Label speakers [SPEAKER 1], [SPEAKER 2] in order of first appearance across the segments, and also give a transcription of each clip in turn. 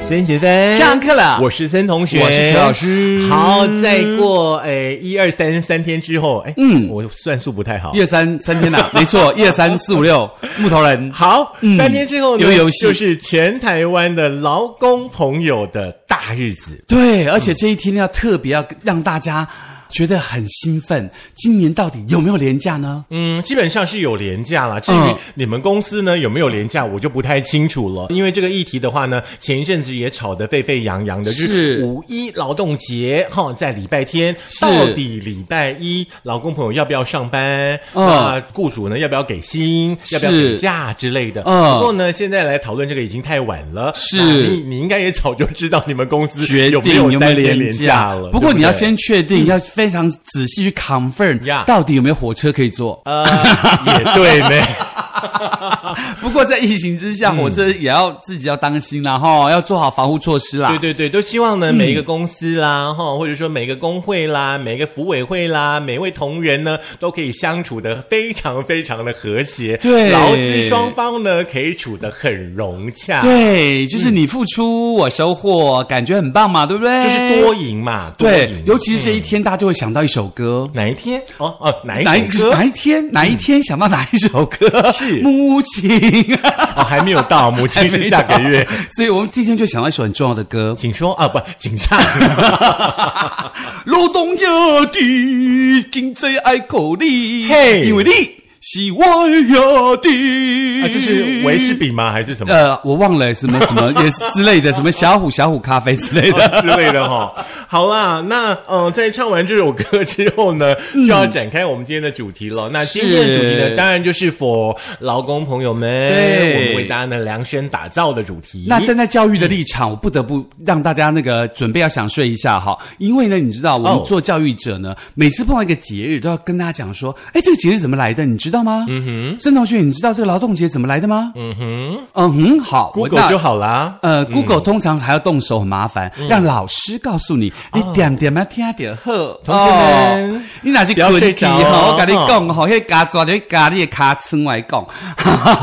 [SPEAKER 1] 森学分
[SPEAKER 2] 上哎课了哎
[SPEAKER 1] 我是森同学，
[SPEAKER 2] 我是徐老师
[SPEAKER 1] 好，再过诶一二三三天之后，哎，嗯，我算数不太好
[SPEAKER 2] 一。二三三天 呐，没错，一二三四五六，木头人，
[SPEAKER 1] 好，三天之后呢
[SPEAKER 2] 嗯有游戏
[SPEAKER 1] 就是全台湾的劳工朋友的大日子。
[SPEAKER 2] 对，而且这一天要特别要让大家觉得很兴奋，今年到底有没有廉价呢？
[SPEAKER 1] 嗯，基本上是有廉价啦。至于
[SPEAKER 2] 嗯
[SPEAKER 1] 你们公司呢有没有廉价，我就不太清楚了。因为这个议题的话呢，前一阵子也吵得沸沸扬扬的，就是
[SPEAKER 2] 是
[SPEAKER 1] 五一劳动节哈，在礼拜天，
[SPEAKER 2] 是
[SPEAKER 1] 到底礼拜一劳工朋友要不要上班？
[SPEAKER 2] 嗯
[SPEAKER 1] 那雇主呢要不要给薪？要不要
[SPEAKER 2] 是
[SPEAKER 1] 给假之类的？
[SPEAKER 2] 嗯
[SPEAKER 1] 不过呢，现在来讨论这个已经太晚了。
[SPEAKER 2] 是
[SPEAKER 1] 那你你应该也早就知道你们公司
[SPEAKER 2] 决
[SPEAKER 1] 有
[SPEAKER 2] 定
[SPEAKER 1] 没有
[SPEAKER 2] 没
[SPEAKER 1] 三
[SPEAKER 2] 有
[SPEAKER 1] 天
[SPEAKER 2] 廉
[SPEAKER 1] 廉假了。
[SPEAKER 2] 不过
[SPEAKER 1] 对
[SPEAKER 2] 你要
[SPEAKER 1] 对
[SPEAKER 2] 先确定，要非常仔细去 confirm，、
[SPEAKER 1] 呀
[SPEAKER 2] 到底有没有火车可以坐。
[SPEAKER 1] 呃，也对没。
[SPEAKER 2] 不过在疫情之下，火车也要自己要当心啦，哈，要做好防护措施啦。
[SPEAKER 1] 对对对，都希望呢，每一
[SPEAKER 2] 嗯
[SPEAKER 1] 个公司啦，哈、或者说每个工会啦，每个服委会啦，每位同仁呢，都可以相处的非常非常的和谐，
[SPEAKER 2] 对
[SPEAKER 1] 劳资双方呢可以处的很融洽，，
[SPEAKER 2] 对，就是你付出，我收获，感觉很棒嘛，对不对？
[SPEAKER 1] 就是多赢嘛，多
[SPEAKER 2] 对
[SPEAKER 1] 赢，。
[SPEAKER 2] 尤其是这一天，大家就会想到一首歌。
[SPEAKER 1] 哪一天？哦哦，哪
[SPEAKER 2] 哪
[SPEAKER 1] 一
[SPEAKER 2] 一
[SPEAKER 1] 首歌嗯
[SPEAKER 2] 哪？一天哪一天想到哪一首歌？
[SPEAKER 1] 是
[SPEAKER 2] 母亲，
[SPEAKER 1] 哦，还没有到，母亲是下个 月，
[SPEAKER 2] 所以我们第一天就想到一首很重要的歌，
[SPEAKER 1] 请说啊，不，请 唱。
[SPEAKER 2] 劳动要的经济爱口里，
[SPEAKER 1] 嘿
[SPEAKER 2] 因为你是我要的，
[SPEAKER 1] 啊，这是维士比吗？还是什么？
[SPEAKER 2] 呃，我忘了什么什么也是之类的，什么小虎小虎咖啡之类 的。
[SPEAKER 1] 之类的哈、好啦，那嗯、呃在唱完这首歌之后呢，就要展开我们今天的主题了。那今天的主题呢，
[SPEAKER 2] 嗯是
[SPEAKER 1] 当然就是 for 劳工朋友们，
[SPEAKER 2] 对
[SPEAKER 1] 我们为大家呢量身打造的主题。
[SPEAKER 2] 那站在教育的立场，我不得不让大家那个准备要想睡一下哈，因为呢，你知道我
[SPEAKER 1] 哦
[SPEAKER 2] 们做教育者呢，每次碰到一个节日，都要跟大家讲说，哎，这个节日怎么来的，你知道吗？嗯哼，申同学，你知道这个劳动节怎么来的吗？嗯哼，嗯哼，好
[SPEAKER 1] Google 就
[SPEAKER 2] 好。
[SPEAKER 1] 好啦。
[SPEAKER 2] 呃，Google 通常还要动手，很麻烦，
[SPEAKER 1] 嗯
[SPEAKER 2] 让老师告诉你，你点点要听点喝。
[SPEAKER 1] 哦同学们
[SPEAKER 2] 哦，你哪是
[SPEAKER 1] 不要睡
[SPEAKER 2] 滚起
[SPEAKER 1] 着哦
[SPEAKER 2] 哦？我跟你讲吼，迄家抓你家你的卡村来讲。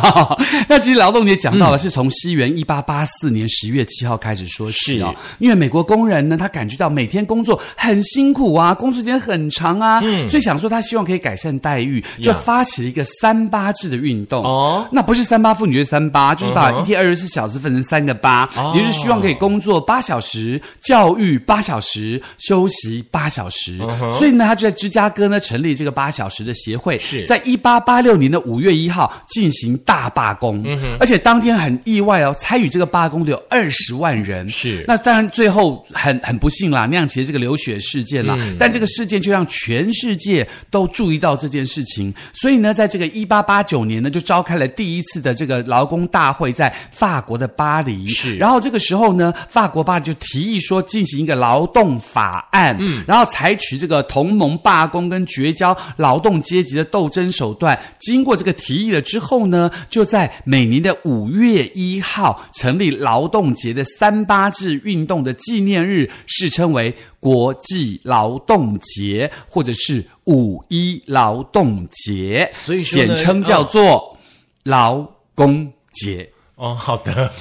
[SPEAKER 2] 那其实劳动节讲到了，是从西元一八八四年十月七号开始说起哦，因为美国工人呢，他感觉到每天工作很辛苦啊，工作时间很长啊，所以想说他希望可以改善待遇，就
[SPEAKER 1] 嗯呀
[SPEAKER 2] 发起了一个三八制的运动。
[SPEAKER 1] 哦，
[SPEAKER 2] 那不是三八妇女节三八，就是把
[SPEAKER 1] 嗯哼
[SPEAKER 2] 一天二十四小时分成三个八
[SPEAKER 1] 哦，
[SPEAKER 2] 也就是希望可以工作八小时、教育八小时、休息八小时。
[SPEAKER 1] 嗯
[SPEAKER 2] 所以呢，他就在芝加哥呢成立这个八小时的协会，
[SPEAKER 1] 是
[SPEAKER 2] 在一八八六年的五月一号进行大罢工，
[SPEAKER 1] 嗯
[SPEAKER 2] 而且当天很意外哦，参与这个罢工的有二十万人。
[SPEAKER 1] 是
[SPEAKER 2] 那当然最后很很不幸啦，酿起了这个流血事件啦。但这个事件却让全世界都注意到这件事情，所以呢，在这个一八八九年呢，就召开了第一次的这个劳工大会，在法国的巴黎。
[SPEAKER 1] 是
[SPEAKER 2] 然后这个时候呢，法国巴黎就提议说进行一个劳动法案，嗯，然后采取这个同盟罢工跟绝交劳动阶级的斗争手段。经过这个提议了之后呢，就在每年的五月一号成立劳动节的三八制运动的纪念日，是称为国际劳动节，或者是五一劳动节，
[SPEAKER 1] 所以说呢
[SPEAKER 2] 简称叫做劳工节。
[SPEAKER 1] 哦，好 的，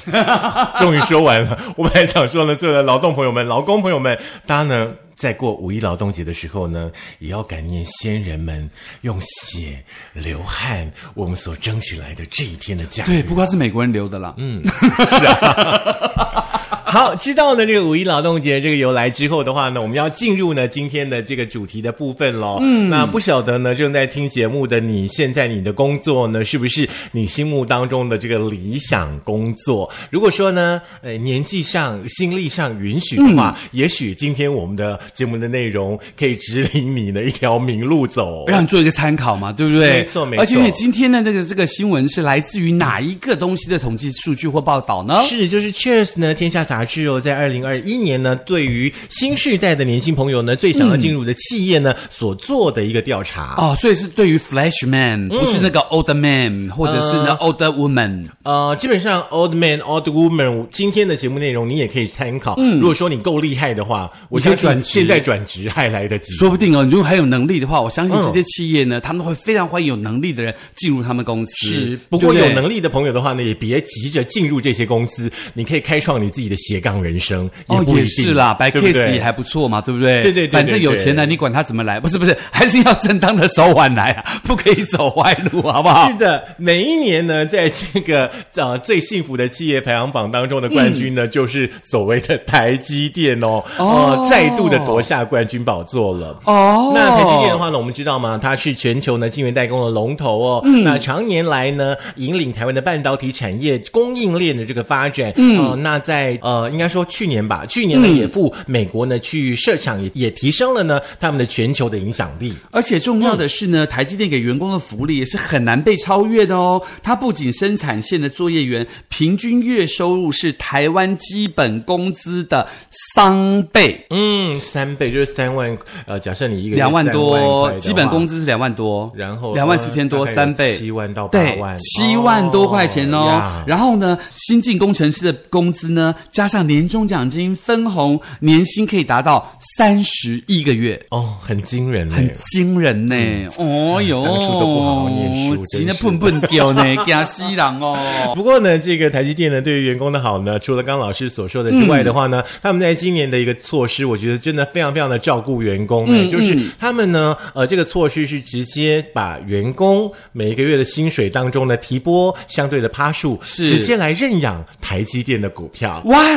[SPEAKER 1] 终于说完了。我本来想说呢，所有的劳动朋友们、劳工朋友们，大家呢。在过五一劳动节的时候呢，也要感念先人们用血流汗，我们所争取来的这一天的假日。
[SPEAKER 2] 对，不过是美国人留的啦。
[SPEAKER 1] 好，知道呢这个五一劳动节这个由来之后的话呢，我们要进入呢今天的这个主题的部分喽。嗯，那不晓得呢正在听节目的你，现在你的工作呢是不是你心目当中的这个理想工作？如果说呢，呃，年纪上、心力上允许的话，也许今天我们的节目的内容可以指引你的一条明路走。
[SPEAKER 2] 让你做一个参考嘛，对不对？
[SPEAKER 1] 没错没错
[SPEAKER 2] 而且因为今天的这个这个新闻是来自于哪一个东西的统计数据或报道呢？
[SPEAKER 1] 是，就是 Cheers 呢，天下杂志哦，在二零二一年呢，对于新世代的年轻朋友呢，最
[SPEAKER 2] 嗯
[SPEAKER 1] 想要进入的企业呢，所做的一个调查。
[SPEAKER 2] 哦，所以是对于 Flash
[SPEAKER 1] 嗯
[SPEAKER 2] Man，不是那个 Old Man，或者是那 Old Woman。
[SPEAKER 1] 呃，基本上 old man old woman 今天的节目内容你也可以参考。如果说你够厉害的话，我
[SPEAKER 2] 嗯你可
[SPEAKER 1] 相
[SPEAKER 2] 以
[SPEAKER 1] 信
[SPEAKER 2] 转职
[SPEAKER 1] 现在转职还来得及。
[SPEAKER 2] 说不定哦，你如果还有能力的话，我相
[SPEAKER 1] 嗯
[SPEAKER 2] 信这些企业呢，他们会非常欢迎有能力的人进入他们公司。
[SPEAKER 1] 是，不过有能
[SPEAKER 2] 力
[SPEAKER 1] 力的朋友的话呢，也别急着进入这些公司，你可以开创你自己的斜斜杠人生，
[SPEAKER 2] 哦，
[SPEAKER 1] 不一
[SPEAKER 2] 也
[SPEAKER 1] 定
[SPEAKER 2] 是啦，白
[SPEAKER 1] 对不
[SPEAKER 2] case
[SPEAKER 1] 对
[SPEAKER 2] 也还不错嘛，对不对？
[SPEAKER 1] 对对对
[SPEAKER 2] 反正
[SPEAKER 1] 对
[SPEAKER 2] 有
[SPEAKER 1] 对
[SPEAKER 2] 钱了，啊你管他怎么来，不是不是，还是要正当的手腕来啊， 不可以走歪路，好不好
[SPEAKER 1] 是？的，每一年呢，在这个呃最幸福的企业排行榜当中的冠军呢，就是所谓的台积电哦，
[SPEAKER 2] 嗯哦
[SPEAKER 1] 呃，再度的夺下冠军宝座了。
[SPEAKER 2] 哦
[SPEAKER 1] 那台积电的话呢，我们知道嘛，它是全球呢晶圆代工的龙头哦。
[SPEAKER 2] 嗯
[SPEAKER 1] 那常年来呢，引领台湾的半导体产业供应链的这个发展。嗯，那在呃，应该说去年吧，去年呢
[SPEAKER 2] 嗯
[SPEAKER 1] 也赴美国呢去设厂也，也提升了呢他们的全球的影响力。
[SPEAKER 2] 而且重要的是呢，台积电给员工的福利也是很难被超越的哦。它不仅生产线的作业员平均月收入是台湾基本工资的三倍，
[SPEAKER 1] 嗯，三倍就是三万，呃，假设你一个月
[SPEAKER 2] 两万
[SPEAKER 1] 三万
[SPEAKER 2] 多
[SPEAKER 1] 块，的话
[SPEAKER 2] 基本工资是两万多，
[SPEAKER 1] 然后
[SPEAKER 2] 两万四千多，
[SPEAKER 1] 大概有
[SPEAKER 2] 三倍
[SPEAKER 1] 七万到八
[SPEAKER 2] 对
[SPEAKER 1] 万，哦
[SPEAKER 2] 七万多块钱哦。
[SPEAKER 1] 呀
[SPEAKER 2] 然后呢，新进工程师的工资呢，加上年终奖金、分红，年薪可以达到三十一个月。
[SPEAKER 1] 哦，很惊人嘞
[SPEAKER 2] 很。惊人呢、哦哟，
[SPEAKER 1] 嗯当初都不好好念书
[SPEAKER 2] 急得
[SPEAKER 1] 真是
[SPEAKER 2] 笨笨掉 呢，惊死人哦。
[SPEAKER 1] 不过呢，这个台积电呢，对于员工的好呢，除了刚老师所说的之外的话呢，
[SPEAKER 2] 嗯
[SPEAKER 1] 他们在今年的一个措施，我觉得真的非常非常的照顾员工呢，欸
[SPEAKER 2] 嗯
[SPEAKER 1] 就是他们呢，呃，这个措施是直接把员工每一个月的薪水当中呢提拨相对的趴数，
[SPEAKER 2] 是
[SPEAKER 1] 直接来认养台积电的股票。
[SPEAKER 2] 哇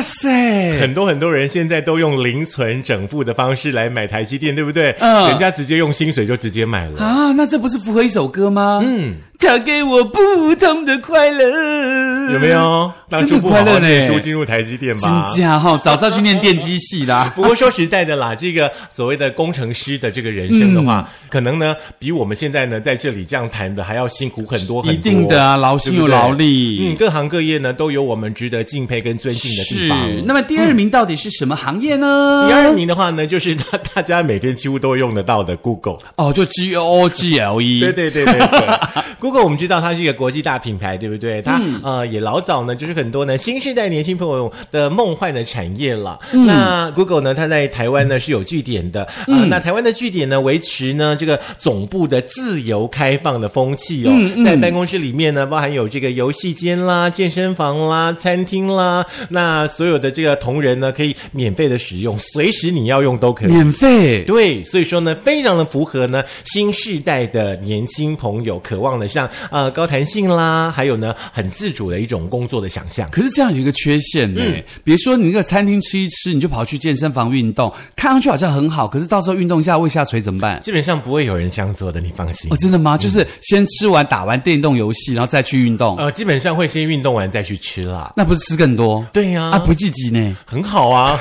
[SPEAKER 2] 塞，
[SPEAKER 1] 很多很多人现在都用零存整付的方式来买台积电，对不对？
[SPEAKER 2] 嗯
[SPEAKER 1] 人家直接用薪水就直接买了。
[SPEAKER 2] 啊，那这不是符合一首歌吗？嗯，他给我不同的快乐，
[SPEAKER 1] 有没？有？当初
[SPEAKER 2] 嗯真的
[SPEAKER 1] 不好
[SPEAKER 2] 快
[SPEAKER 1] 好
[SPEAKER 2] 乐
[SPEAKER 1] 念
[SPEAKER 2] 呢
[SPEAKER 1] 书进入台积电
[SPEAKER 2] 真
[SPEAKER 1] 吧？
[SPEAKER 2] 假哈、早知道去念电机系啦。
[SPEAKER 1] 不过说实在的啦，这个所谓的工程师的这个人生的话，
[SPEAKER 2] 嗯
[SPEAKER 1] 可能呢比我们现在呢在这里这样谈的还要辛苦很多很多。
[SPEAKER 2] 一定的啊劳心有
[SPEAKER 1] 对不对
[SPEAKER 2] 劳力
[SPEAKER 1] 嗯，各行各业呢都有我们值得敬佩跟尊敬的地方。
[SPEAKER 2] 是，那么第二名到底是什么行业呢？
[SPEAKER 1] 第二名的话呢，就是大大家每天几乎都用得到的 Google。
[SPEAKER 2] 哦，就 G O O G L E，
[SPEAKER 1] 对对对对对，Google 我们知道它是一个国际大品牌，对不对？它、呃也老早呢，就是很多呢新时代年轻朋友的梦幻的产业了。那 Google 呢，它在台湾呢是有据点的，呃，那台湾的据点呢维持呢这个总部的自由开放的风气哦，在办公室里面呢包含有这个游戏间啦、健身房啦、餐厅啦，那所有的这个同仁呢可以免费的使用，随时你要用都可以。
[SPEAKER 2] 免费。
[SPEAKER 1] 对，所以说呢，非常的符合呢新世代的年轻朋友渴望的像呃高弹性啦，还有呢很自主的一种工作的想象。
[SPEAKER 2] 可是这样有一个缺陷呢、
[SPEAKER 1] 嗯
[SPEAKER 2] 比如说你那个餐厅吃一吃，你就跑去健身房运动，看上去好像很好，可是到时候运动一下胃下垂怎么办？
[SPEAKER 1] 基本上不会有人这样做的，你放心
[SPEAKER 2] 哦，。真的吗？
[SPEAKER 1] 嗯
[SPEAKER 2] 就是先吃完打完电动游戏，然后再去运动，
[SPEAKER 1] 呃，基本上会先运动完再去吃啦。
[SPEAKER 2] 那不是吃更多？
[SPEAKER 1] 对呀、
[SPEAKER 2] 啊，不积极呢。
[SPEAKER 1] 很好 啊，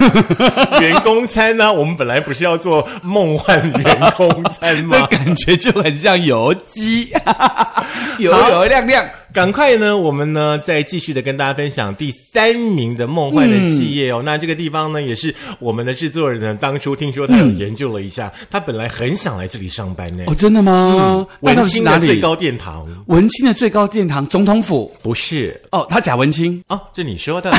[SPEAKER 1] 员工餐呢、我们本来不是要做梦幻员工餐
[SPEAKER 2] 那
[SPEAKER 1] 吗？
[SPEAKER 2] 感觉就很像油 鸡，油油亮亮。
[SPEAKER 1] 赶快呢，我们呢再继续的跟大家分享第三名的梦幻的企业哦。那这个地方呢，也是我们的制作人呢，当初听说他有研究了一下，他本来很想来这里上班呢。
[SPEAKER 2] 哦，真的吗？那到
[SPEAKER 1] 嗯文
[SPEAKER 2] 底是
[SPEAKER 1] 青
[SPEAKER 2] 哪
[SPEAKER 1] 的
[SPEAKER 2] 里？
[SPEAKER 1] 最高殿堂
[SPEAKER 2] 文青的最高殿堂总统府。
[SPEAKER 1] 不是
[SPEAKER 2] 哦，他贾文清。
[SPEAKER 1] 哦，这你说 的。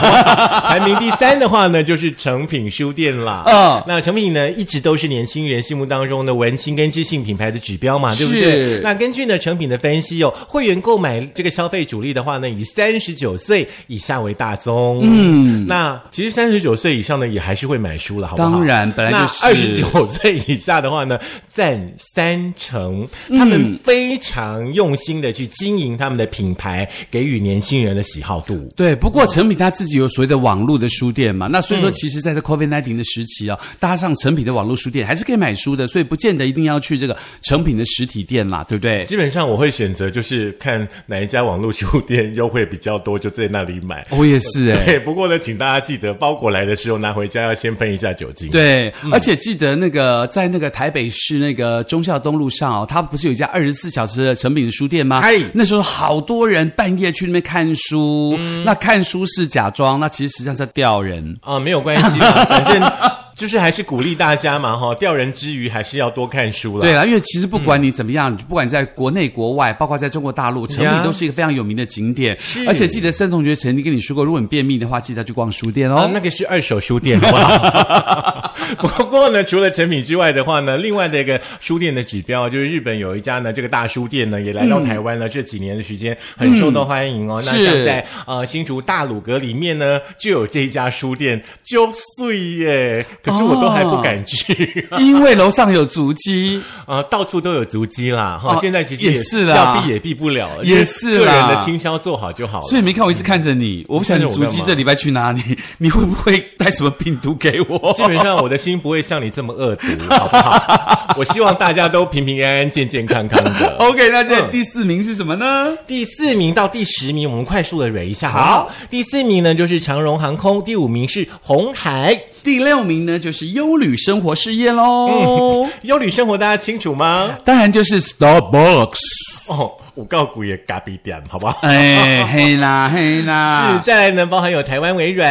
[SPEAKER 1] 排名第三的话呢，就是诚品书店啦。
[SPEAKER 2] 嗯
[SPEAKER 1] 那诚品呢，一直都是年轻人心目当中的文青跟知性品牌的指标嘛，对不
[SPEAKER 2] 是
[SPEAKER 1] 对？那根据呢诚品的分析哦，会员购买这个消费主力的话呢，以三十九岁以下为大宗。嗯，那其实三十九岁以上呢，也还是会买书了，好不好？
[SPEAKER 2] 当然本来就是
[SPEAKER 1] 二十九 岁以下的话呢，占三成。
[SPEAKER 2] 嗯
[SPEAKER 1] 他们非常用心的去经营他们的品牌，给予年轻人的喜好度。
[SPEAKER 2] 对，不过成品它自己有所谓的网络的书店嘛，那所以说其实在这 COVID 1 9的时期啊、大家上成品的网络书店还是可以买书的，所以不见得一定要去这个成品的实体店啦，对不对？
[SPEAKER 1] 基本上我会选择就是看哪一家网络书店优惠比较多，就在那里 买。
[SPEAKER 2] 我也是哎、
[SPEAKER 1] 对，不过呢，请大家记得包裹来的时候拿回家要先喷一下酒精。，
[SPEAKER 2] 对，而且记得那个在那个台北市那个忠孝东路上哦，它不是有一家二十四小时的成品的书店吗？
[SPEAKER 1] 哎
[SPEAKER 2] 那时候好多人半夜去那边看嗯书，那看书是假装，那其实实际上在吊人。
[SPEAKER 1] 啊、没有关系啦，反正。就是还是鼓励大家嘛哈，钓人之余还是要多看书了。
[SPEAKER 2] 对啊了，因为其实不
[SPEAKER 1] 嗯
[SPEAKER 2] 管你怎么样，你不管在国内国外，包括在中国大陆，成
[SPEAKER 1] 呀
[SPEAKER 2] 品都是一个非常有名的景点。
[SPEAKER 1] 是
[SPEAKER 2] 而且记得森同学曾经跟你说过，如果你便秘的话，记得要去逛书店
[SPEAKER 1] 啊，
[SPEAKER 2] 哦。
[SPEAKER 1] 那个是二手书店，好不好？ 不过呢，除了成品之外的话呢，另外的一个书店的指标就是日本有一家呢，这个大书店呢也来到台湾了，这几年的时间很受到欢迎哦。那
[SPEAKER 2] 是
[SPEAKER 1] 像在呃新竹大鲁阁里面呢，就有这一家书店，就碎耶！可是我都还不敢去、
[SPEAKER 2] 因为楼上有足迹，
[SPEAKER 1] 啊，到处都有足迹啦。哈、
[SPEAKER 2] 哦
[SPEAKER 1] 现在其实
[SPEAKER 2] 也是啦
[SPEAKER 1] 要避也避不了了，
[SPEAKER 2] 也是
[SPEAKER 1] 就是个人
[SPEAKER 2] 啦
[SPEAKER 1] 的清销做好就好了
[SPEAKER 2] 所。以没看我一直看着
[SPEAKER 1] 嗯
[SPEAKER 2] 你，我不想你足迹这礼拜去哪里，你会不会带什么病毒给我？
[SPEAKER 1] 基本上我的心不会像你这么恶毒， 好不好？ 我希望大家都平平安安、健健康康的。
[SPEAKER 2] OK，那现在
[SPEAKER 1] 嗯
[SPEAKER 2] 第四名是什么呢？
[SPEAKER 1] 第四名到第十名，我们快速的蕊一下。
[SPEAKER 2] 好
[SPEAKER 1] 不，第四名呢就是长荣航空，第五名是红海。
[SPEAKER 2] 第六名呢就是优旅生活事业喽，
[SPEAKER 1] 优旅生活大家清楚吗？
[SPEAKER 2] 当然就 是 Starbucks。
[SPEAKER 1] 哦，五告股也嘎比点，好不好？
[SPEAKER 2] 哎，嘿啦嘿啦
[SPEAKER 1] 是，，再来呢，包含有台湾微软，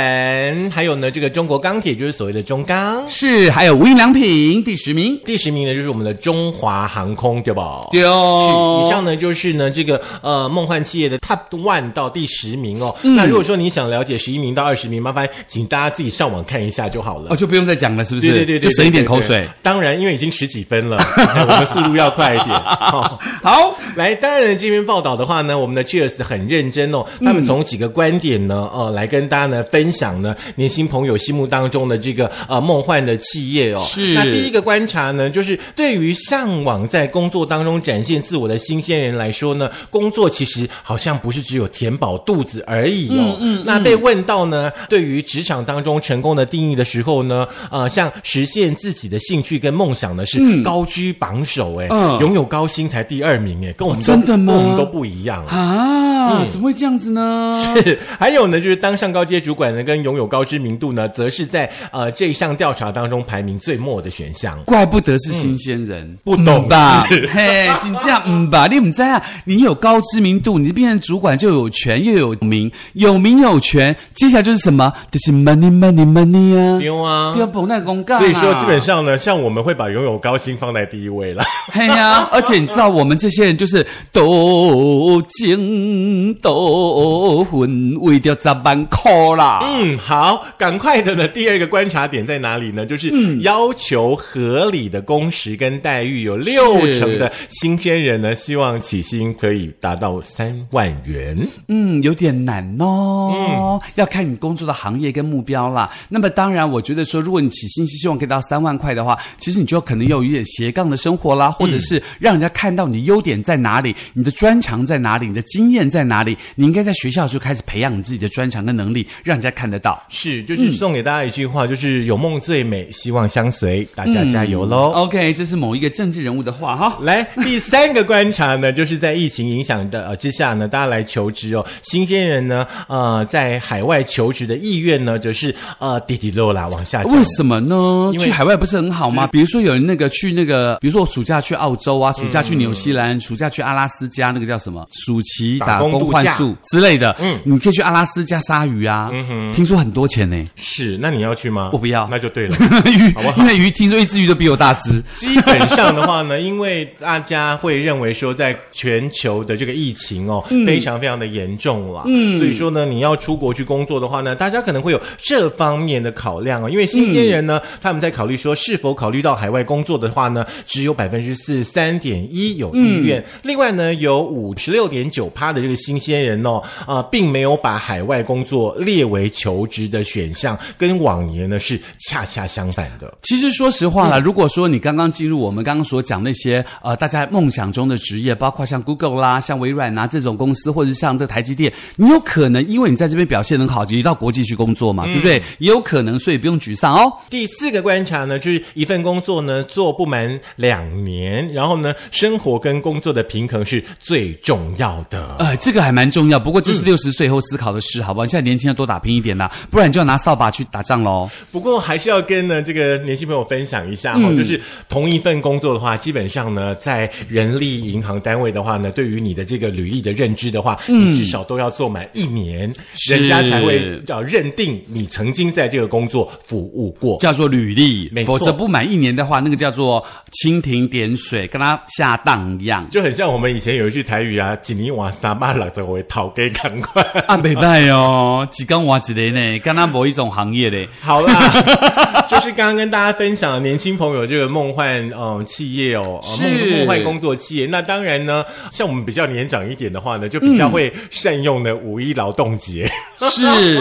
[SPEAKER 1] 还有呢这个中国钢铁，就是所谓的中钢。
[SPEAKER 2] 是还有无印良品第十名，
[SPEAKER 1] 第十名呢就是我们的中华航空，对吧？
[SPEAKER 2] 对哦
[SPEAKER 1] 是，以上呢就是呢这个呃梦幻企业的 Top One 到第十名哦。
[SPEAKER 2] 嗯
[SPEAKER 1] 那如果说你想了解十一名到二十名，麻烦请大家自己上网看一下就好了。
[SPEAKER 2] 哦就不用再讲了，是不是？
[SPEAKER 1] 对对对对，
[SPEAKER 2] 就省一点口
[SPEAKER 1] 对对
[SPEAKER 2] 水
[SPEAKER 1] 对。当然，因为已经十几 分了，哎我们速度要快一点。好
[SPEAKER 2] 好，
[SPEAKER 1] 来，当然这篇报道的话呢，我们的 Cheers 很认真哦，他们从几个观点呢，呃，来跟大家呢分享呢年轻朋友心目当中的这个呃梦幻的企业哦。
[SPEAKER 2] 是
[SPEAKER 1] 那第一个观察呢，就是对于向往在工作当中展现自我的新鲜人来说呢，工作其实好像不是只有填饱肚子而已哦。嗯那被问到呢，对于职场当中成功的定义的时候呢，呃，像实现自己的兴趣跟梦想呢是高居榜首哎，
[SPEAKER 2] 嗯哦
[SPEAKER 1] 拥有高薪才第二名哎，跟我们。
[SPEAKER 2] 真的吗
[SPEAKER 1] 我们都不一样。
[SPEAKER 2] 啊，怎么会这样子呢？
[SPEAKER 1] 嗯是， 还有呢，就是当上高阶主管呢，跟拥有高知名度呢，则是在呃这一项调查当中排名最末的选项。
[SPEAKER 2] 怪不得是新鲜人，
[SPEAKER 1] 不懂
[SPEAKER 2] 嗯吧？嘿，真正嗯吧？你唔知啊？你有高知名度，你变成主管就有权又有名，有名有权，接下来就是什么？就是 money money money 啊！
[SPEAKER 1] 丢啊！
[SPEAKER 2] 第二本那公告、啊，
[SPEAKER 1] 所以说，基本上呢，像我们会把拥有高薪放在第一位了。
[SPEAKER 2] 嘿呀、而且你知道我们这些人就是斗争斗魂，为着十万块啦。
[SPEAKER 1] 嗯，好，赶快的呢。第二个观察点在哪里呢？就是要求合理的工时跟待遇，有六
[SPEAKER 2] 是
[SPEAKER 1] 成的新鲜人呢，希望起薪可以达到三万元。
[SPEAKER 2] 嗯，有点难哦。要看你工作的行业跟目标啦。那么当然，我觉得说，如果你起薪是希望可以到三万块的话，其实你就可能有一点斜杠的生活啦，或者是让人家看到你的优点在哪里，你的专长在哪里，你的经验在哪里。你应该在学校就开始培养你自己的专长跟能力，让人家看得到。
[SPEAKER 1] 是，就是送给大家一句话，就是有梦最美，希望相随，大家加油喽！
[SPEAKER 2] 嗯 OK，这是某一个政治人物的话哈。
[SPEAKER 1] 来，第三个观察呢，就是在疫情影响的呃之下呢，大家来求职哦，新鲜人呢，呃，在海外求职的意愿呢，则是呃滴滴落啦往下降
[SPEAKER 2] 哎为。什么呢？
[SPEAKER 1] 因为
[SPEAKER 2] 去海外不是很好吗？比如说有人那个去那个，比如说我暑假去澳洲啊，暑假去纽西兰，暑假去阿拉斯加，那个叫什么？暑期
[SPEAKER 1] 打
[SPEAKER 2] 打
[SPEAKER 1] 工
[SPEAKER 2] 工换
[SPEAKER 1] 度
[SPEAKER 2] 宿之类的。嗯，你可以去阿拉斯加鲨鱼啊，听说很多钱呢、
[SPEAKER 1] 是，那你要去吗？
[SPEAKER 2] 我不要
[SPEAKER 1] 那就对了。
[SPEAKER 2] 鱼
[SPEAKER 1] 好不，好
[SPEAKER 2] 因为鱼听说一只鱼都比我大只。
[SPEAKER 1] 基本上的话呢，因为大家会认为说，在全球的这个疫情哦，非常非常的严重啦，嗯，所以说呢，你要出国去工作的话呢，大家可能会有这方面的考量哦，因为新鲜人呢，他们在考虑说是否考虑到海外工作的话呢，只有百分之四三点一有意愿，另外呢，有五十六点九趴的这个新鲜人哦，啊、并没有把海外工作列为求职的选项，跟往年呢是恰恰相反的。
[SPEAKER 2] 其实说实话啦，
[SPEAKER 1] 嗯
[SPEAKER 2] 如果说你刚刚进入我们刚刚所讲那些呃大家梦想中的职业，包括像 Google 啦、像微软啊这种公司，或者是像这台积电，你有可能因为你在这边表现得很好，就移到国际去工作嘛，
[SPEAKER 1] 嗯
[SPEAKER 2] 对不对？也有可能，所以不用沮丧哦。
[SPEAKER 1] 第四个观察呢，就是一份工作呢做不满两年，然后呢，生活跟工作的平衡是最重要的。
[SPEAKER 2] 呃，这个还蛮重要，
[SPEAKER 1] 嗯
[SPEAKER 2] 不过这是六十岁后思考的事，好不好？你现在年轻要多打拼一点啦，不然你就要拿扫把去打仗喽。
[SPEAKER 1] 不过还是要跟呢这个年轻朋友分享一下
[SPEAKER 2] 嗯
[SPEAKER 1] 哈、就是同一份工作的话，基本上呢，在人力银行单位的话呢，对于你的这个履历的认知的话，你至少都要做满一年，
[SPEAKER 2] 嗯是
[SPEAKER 1] 人家才会叫认定你曾经在这个工作服务过。
[SPEAKER 2] 叫做履历，
[SPEAKER 1] 没错
[SPEAKER 2] 否则不满一年的话，那个叫做蜻蜓点水，跟他下当 一样
[SPEAKER 1] 就很像我们以前有一句台语啊，“锦尼瓦萨巴拉则为讨给赶快。
[SPEAKER 2] 啊，北拜哦，几刚娃几雷呢，跟他某一种行业嘞。
[SPEAKER 1] 好啦， 就是刚刚跟大家分享的年轻朋友这个梦幻嗯企业哦，呃梦
[SPEAKER 2] 是
[SPEAKER 1] 梦幻工作企业。那当然呢，像我们比较年长一点的话呢，就比较会善用呢五一劳动节。
[SPEAKER 2] 是，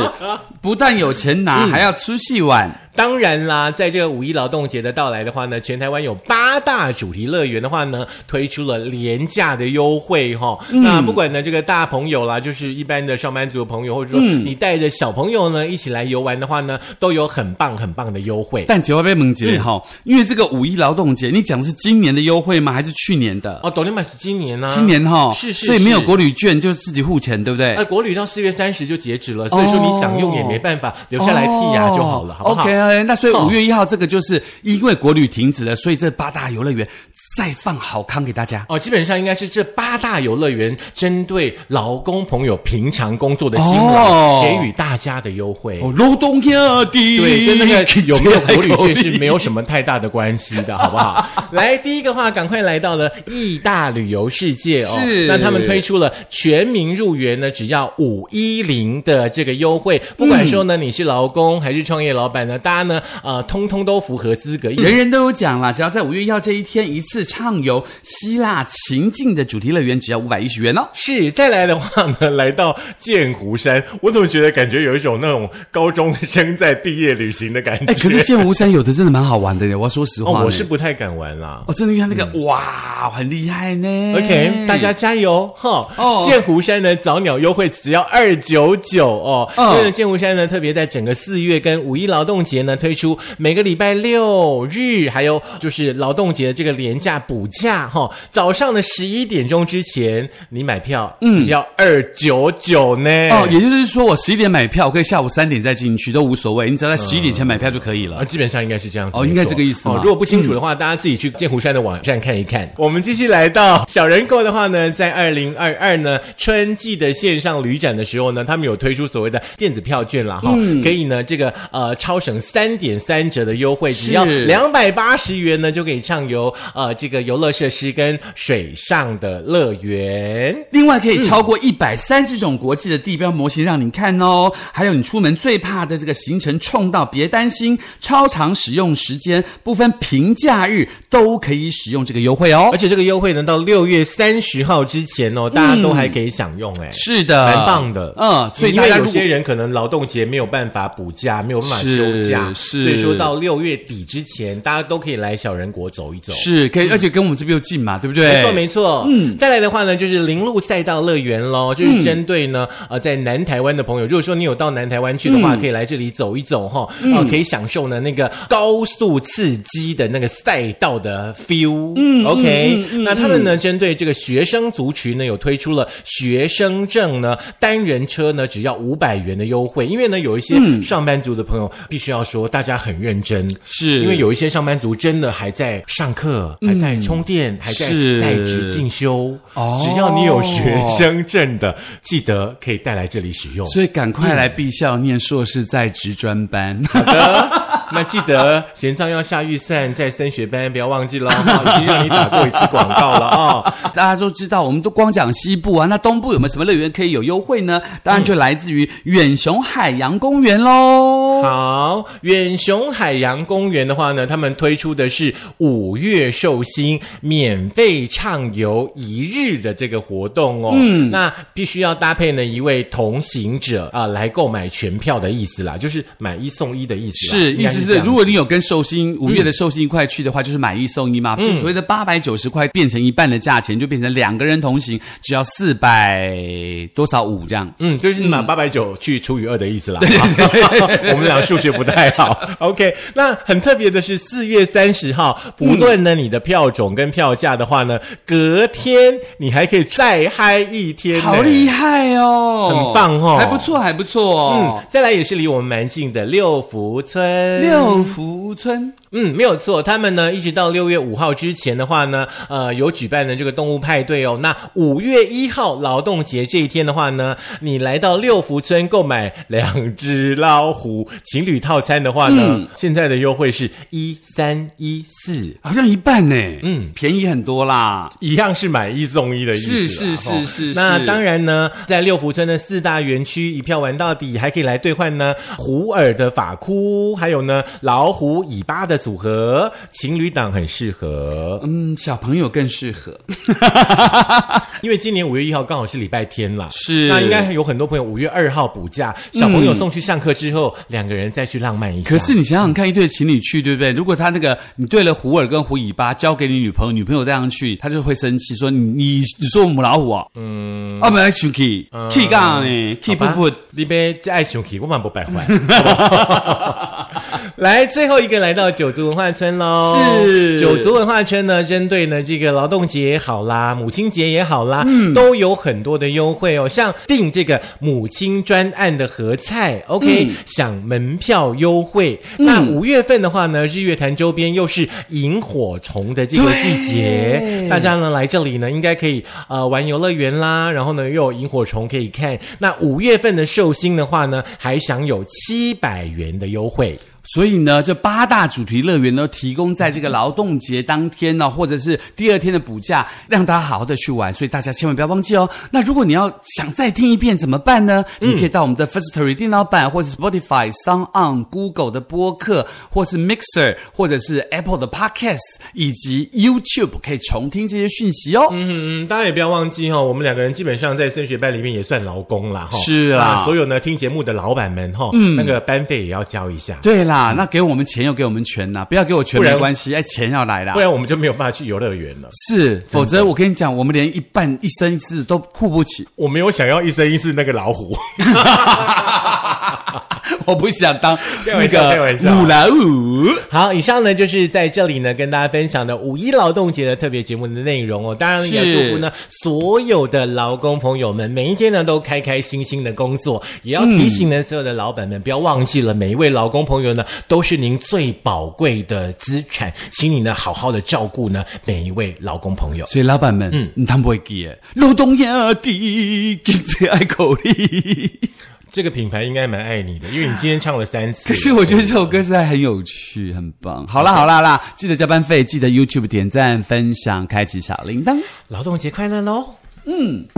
[SPEAKER 2] 不但有钱拿，
[SPEAKER 1] 嗯
[SPEAKER 2] 还要出戏玩。
[SPEAKER 1] 当然啦，在这个五一劳动节的到来的话呢，全台湾有八大主题乐园的话呢，推出了廉价的优惠哈、
[SPEAKER 2] 嗯
[SPEAKER 1] 那不管呢这个大朋友啦，就是一般的上班族的朋友，或者说
[SPEAKER 2] 嗯
[SPEAKER 1] 你带着小朋友呢一起来游玩的话呢，都有很棒很棒的优惠。
[SPEAKER 2] 但节外被蒙姐嘞哈，
[SPEAKER 1] 嗯
[SPEAKER 2] 因为这个五一劳动节，你讲的是今年的优惠吗？还是去年的？
[SPEAKER 1] 哦，懂你买是今年呢、
[SPEAKER 2] 今年哈，
[SPEAKER 1] 是是
[SPEAKER 2] 所以没有
[SPEAKER 1] 是
[SPEAKER 2] 国旅券就是自己付钱，对不对
[SPEAKER 1] 那？哎国旅到四月三十就截止了，所以说你想用也没办法，留下来剔牙就好了，好不好
[SPEAKER 2] o k 哎那所以
[SPEAKER 1] 哦
[SPEAKER 2] 五月一号这个就是因为国旅停止了，所以这八大游乐园再放好康给大家。
[SPEAKER 1] 哦，基本上应该是这八大游乐园针对劳工朋友平常工作的辛劳
[SPEAKER 2] 哦
[SPEAKER 1] 给予大家的优惠。
[SPEAKER 2] 哦，劳动亚的，
[SPEAKER 1] 对，跟那个 有没有国旅券是没
[SPEAKER 2] 有。
[SPEAKER 1] 有什么太大的关系的，好不好？来，第一个话，赶快来到了义大旅游世界哦。
[SPEAKER 2] 是
[SPEAKER 1] 那他们推出了全民入园呢，只要五一零的这个优惠，不管说呢你是劳工还是创业老板呢，大家呢呃通通都符合资 格，
[SPEAKER 2] 人人都有奖啦，只要在五月一号这一天一次畅游希腊情境的主题乐园，只要五百一十元哦。
[SPEAKER 1] 是，再来的话呢，来到剑湖山，我怎么觉得感觉有一种那种高中生在毕业旅行的感觉？
[SPEAKER 2] 哎，可是剑湖山有的真的蛮好玩的耶，我要说实话
[SPEAKER 1] 哦
[SPEAKER 2] 呢，，
[SPEAKER 1] 我是不太敢玩啦。
[SPEAKER 2] 哦，真的因为它那个、哇，很厉害呢。
[SPEAKER 1] OK，大家加油哈！
[SPEAKER 2] 嗯哦
[SPEAKER 1] 剑湖山呢早鸟优惠只要二九九哦。
[SPEAKER 2] 嗯
[SPEAKER 1] 因为剑湖山呢特别在整个四月跟五一劳动节呢推出每个礼拜六日，还有就是劳动节的这个廉价补假哈、早上的十一点钟之前你买票，嗯，只要二九九呢。
[SPEAKER 2] 哦，也就是说，我十一点买票，我可以下午三点再进去，都无所谓。你
[SPEAKER 1] 嗯
[SPEAKER 2] 只要在十一点前买票就可以了。
[SPEAKER 1] 啊，基本上应该是这样子。
[SPEAKER 2] 哦
[SPEAKER 1] 没
[SPEAKER 2] 应该
[SPEAKER 1] 错
[SPEAKER 2] 这个意思嗯
[SPEAKER 1] 哦
[SPEAKER 2] 嘛。
[SPEAKER 1] 如果不清楚的话，大家自己去剑湖山的网站看一看。我们继续来到小人购的话呢，在二零二二呢春季的线上旅展的时候呢，他们有推出所谓的电子票券啦，哈、
[SPEAKER 2] 嗯
[SPEAKER 1] 可以呢这个呃超省三点三折的优惠，只要
[SPEAKER 2] 是
[SPEAKER 1] 两百八十元呢就可以畅游呃这个游乐设施跟水上的乐园。
[SPEAKER 2] 另外
[SPEAKER 1] 嗯
[SPEAKER 2] 可以超过一百三十种国际的地标模型让你看哦，还有你出门最怕的这个行程冲到，别担心，超长使用时间不分平假日都可以使用这个优惠哦
[SPEAKER 1] 而。且这个优惠呢，到六月三十号之前哦，大家都还可以享用哎、
[SPEAKER 2] 是的，
[SPEAKER 1] 蛮棒的，
[SPEAKER 2] 嗯，所以
[SPEAKER 1] 因
[SPEAKER 2] 大
[SPEAKER 1] 为
[SPEAKER 2] 家
[SPEAKER 1] 有
[SPEAKER 2] 如果
[SPEAKER 1] 些人可能劳动节没有办法补假，没有办法休假，
[SPEAKER 2] 是是
[SPEAKER 1] 所以说到六月底之前，大家都可以来小人国走一走。
[SPEAKER 2] 是可以，而且跟我们这边又近嘛，对不对？
[SPEAKER 1] 嗯没错，没错。嗯，再来的话呢，就是林路赛道乐园喽，就是针对呢，呃，在南台湾的朋友，如果说你有到南台湾去的话，可以来这里走一走哈，啊、可以享受呢那个高速刺激的那个赛道的 feel。嗯，OK 那他们呢，针对这个学生族群呢，有推出了学生证呢，单人车呢只要五百元的优惠，因为呢，有一些上班族的朋友，必须要说大家很认真，
[SPEAKER 2] 是嗯
[SPEAKER 1] 因为有一些上班族真的还在上课，还在充电，还在
[SPEAKER 2] 是
[SPEAKER 1] 在职进修。
[SPEAKER 2] 哦
[SPEAKER 1] 只要你有学生证的，记得可以带来这里使用。
[SPEAKER 2] 所以赶快来毕校念硕士在职专班。
[SPEAKER 1] 那记得玄奘要下预算，在升学班不要忘记了，好已经让你打过一次广告了啊、
[SPEAKER 2] 大家都知道，我们都光讲西部啊，那东部有没有什么乐园可以有优惠呢？当然就来自于远雄海洋公园喽。
[SPEAKER 1] 嗯好，远雄海洋公园的话呢，他们推出的是五月寿星免费畅游一日的这个活动哦。嗯，那必须要搭配呢一位同行者啊、来购买全票的意思啦，就是买一送一的意思啦。
[SPEAKER 2] 是，
[SPEAKER 1] 应
[SPEAKER 2] 意
[SPEAKER 1] 该
[SPEAKER 2] 思
[SPEAKER 1] 这
[SPEAKER 2] 其实
[SPEAKER 1] 样
[SPEAKER 2] 如果你有跟寿星五月的寿星一块去的话，就是买一送一嘛，
[SPEAKER 1] 嗯
[SPEAKER 2] 就所谓的八百九十块变成一半的价钱，就变成两个人同行只要四百多少五这样。
[SPEAKER 1] 嗯，就是你把八百九去除以二的意思啦。 我们俩数学不太好。OK，那很特别的是四月三十号，不论呢你的票种跟票价的话呢，隔天你还可以再嗨一天呢，
[SPEAKER 2] 好厉害哦，
[SPEAKER 1] 很棒哦
[SPEAKER 2] 还不错，还不错
[SPEAKER 1] 嗯
[SPEAKER 2] 哦。，
[SPEAKER 1] 再来也是离我们蛮近的六福村。
[SPEAKER 2] 六福村
[SPEAKER 1] 嗯，没有错，他们呢一直到六月五号之前的话呢，呃，有举办的这个动物派对哦。那五月一号劳动节这一天的话呢，你来到六福村购买两只老虎情侣套餐的话呢，现在的优惠是一三一四。
[SPEAKER 2] 好像一半呢，
[SPEAKER 1] 嗯
[SPEAKER 2] 嗯，便宜很多啦。
[SPEAKER 1] 一样是买一送一的意思啦，
[SPEAKER 2] 是是是
[SPEAKER 1] 吼
[SPEAKER 2] 是
[SPEAKER 1] 那
[SPEAKER 2] 是
[SPEAKER 1] 当然呢，在六福村的四大园区一票玩到底，还可以来兑换呢虎耳的发箍，还有呢老虎尾巴的组合，情侣档很适合，
[SPEAKER 2] 嗯，小朋友更适合。
[SPEAKER 1] 因为今年五月一号刚好是礼拜天啦，
[SPEAKER 2] 是啊
[SPEAKER 1] 那应该有很多朋友五月二号补假，小朋友送去上课之后，两个人再去浪漫一下。
[SPEAKER 2] 可是你想想看，一对情侣去，对不对？如果他那个你对了虎耳跟虎尾巴交给你女朋友，女朋友带上去，他就会生气，说你你你说我母老虎哦，嗯，啊，没来 k e y k e y 杠呢 k e y
[SPEAKER 1] 好吧
[SPEAKER 2] 不不，
[SPEAKER 1] 你别再爱熊皮，我满不败坏。 来，最后一个来到九族文化村喽。
[SPEAKER 2] 是
[SPEAKER 1] 九族文化村呢，针对呢这个劳动节也好啦，母亲节也好啦，都有很多的优惠哦。像订这个母亲专案的合菜，OK，、享门票优惠。那五月份的话呢，日月潭周边又是萤火虫的这个季节，大家呢来这里呢，应该可以呃玩游乐园啦，然后呢又有萤火虫可以看。那五月份的寿星的话呢，还享有七百元的优惠。
[SPEAKER 2] 所以呢，这八大主题乐园呢，提供在这个劳动节当天呢、或者是第二天的补假，让大家好好的去玩。所以大家千万不要忘记哦。那如果你要想再听一遍怎么办呢？
[SPEAKER 1] 嗯
[SPEAKER 2] 你可以到我们的 Firstory 电脑版，或是 Spotify、Sound On、Google 的播客，或是 Mixer，或者是 Apple 的 Podcast，以及 YouTube 可以重听这些讯息哦。
[SPEAKER 1] 嗯，大家也不要忘记哈、哦，我们两个人基本上在升学班里面也算劳工啦哈、
[SPEAKER 2] 是啊
[SPEAKER 1] 那所有呢听节目的老板们哈、嗯，那个班费也要交一下，
[SPEAKER 2] 对啦，那给我们钱又给我们权呐、不要给我权
[SPEAKER 1] 不然
[SPEAKER 2] 没关系，哎，钱要来啦
[SPEAKER 1] 不。然我们就没有办法去游乐园了。
[SPEAKER 2] 是，否则我跟你讲，我们连一半一生一世都付不起。
[SPEAKER 1] 我没有想要一生一世那个老虎，
[SPEAKER 2] 我不想当
[SPEAKER 1] 开
[SPEAKER 2] 那
[SPEAKER 1] 玩笑开
[SPEAKER 2] 个
[SPEAKER 1] 玩笑
[SPEAKER 2] 母老虎。
[SPEAKER 1] 好，以上呢就是在这里呢跟大家分享的五一劳动节的特别节目的内容哦。当然也要
[SPEAKER 2] 是
[SPEAKER 1] 祝福呢所有的劳工朋友们，每一天呢都开开心心的工作。也要提醒呢、所有的老板们，不要忘记了每一位劳工朋友呢都是您最宝贵的资产，请你呢好好的照顾呢每一位劳工朋友。
[SPEAKER 2] 所以老板们，嗯，你他们不会记的，劳动也弟，给最爱口力。
[SPEAKER 1] 这个品牌应该蛮爱你的，因为你今天唱了三次。
[SPEAKER 2] 可是我觉得这首歌实在很有趣，很棒。好啦好啦好啦，记得加班费，记得 YouTube 点赞、分享、开启小铃铛。
[SPEAKER 1] 劳动节快乐喽！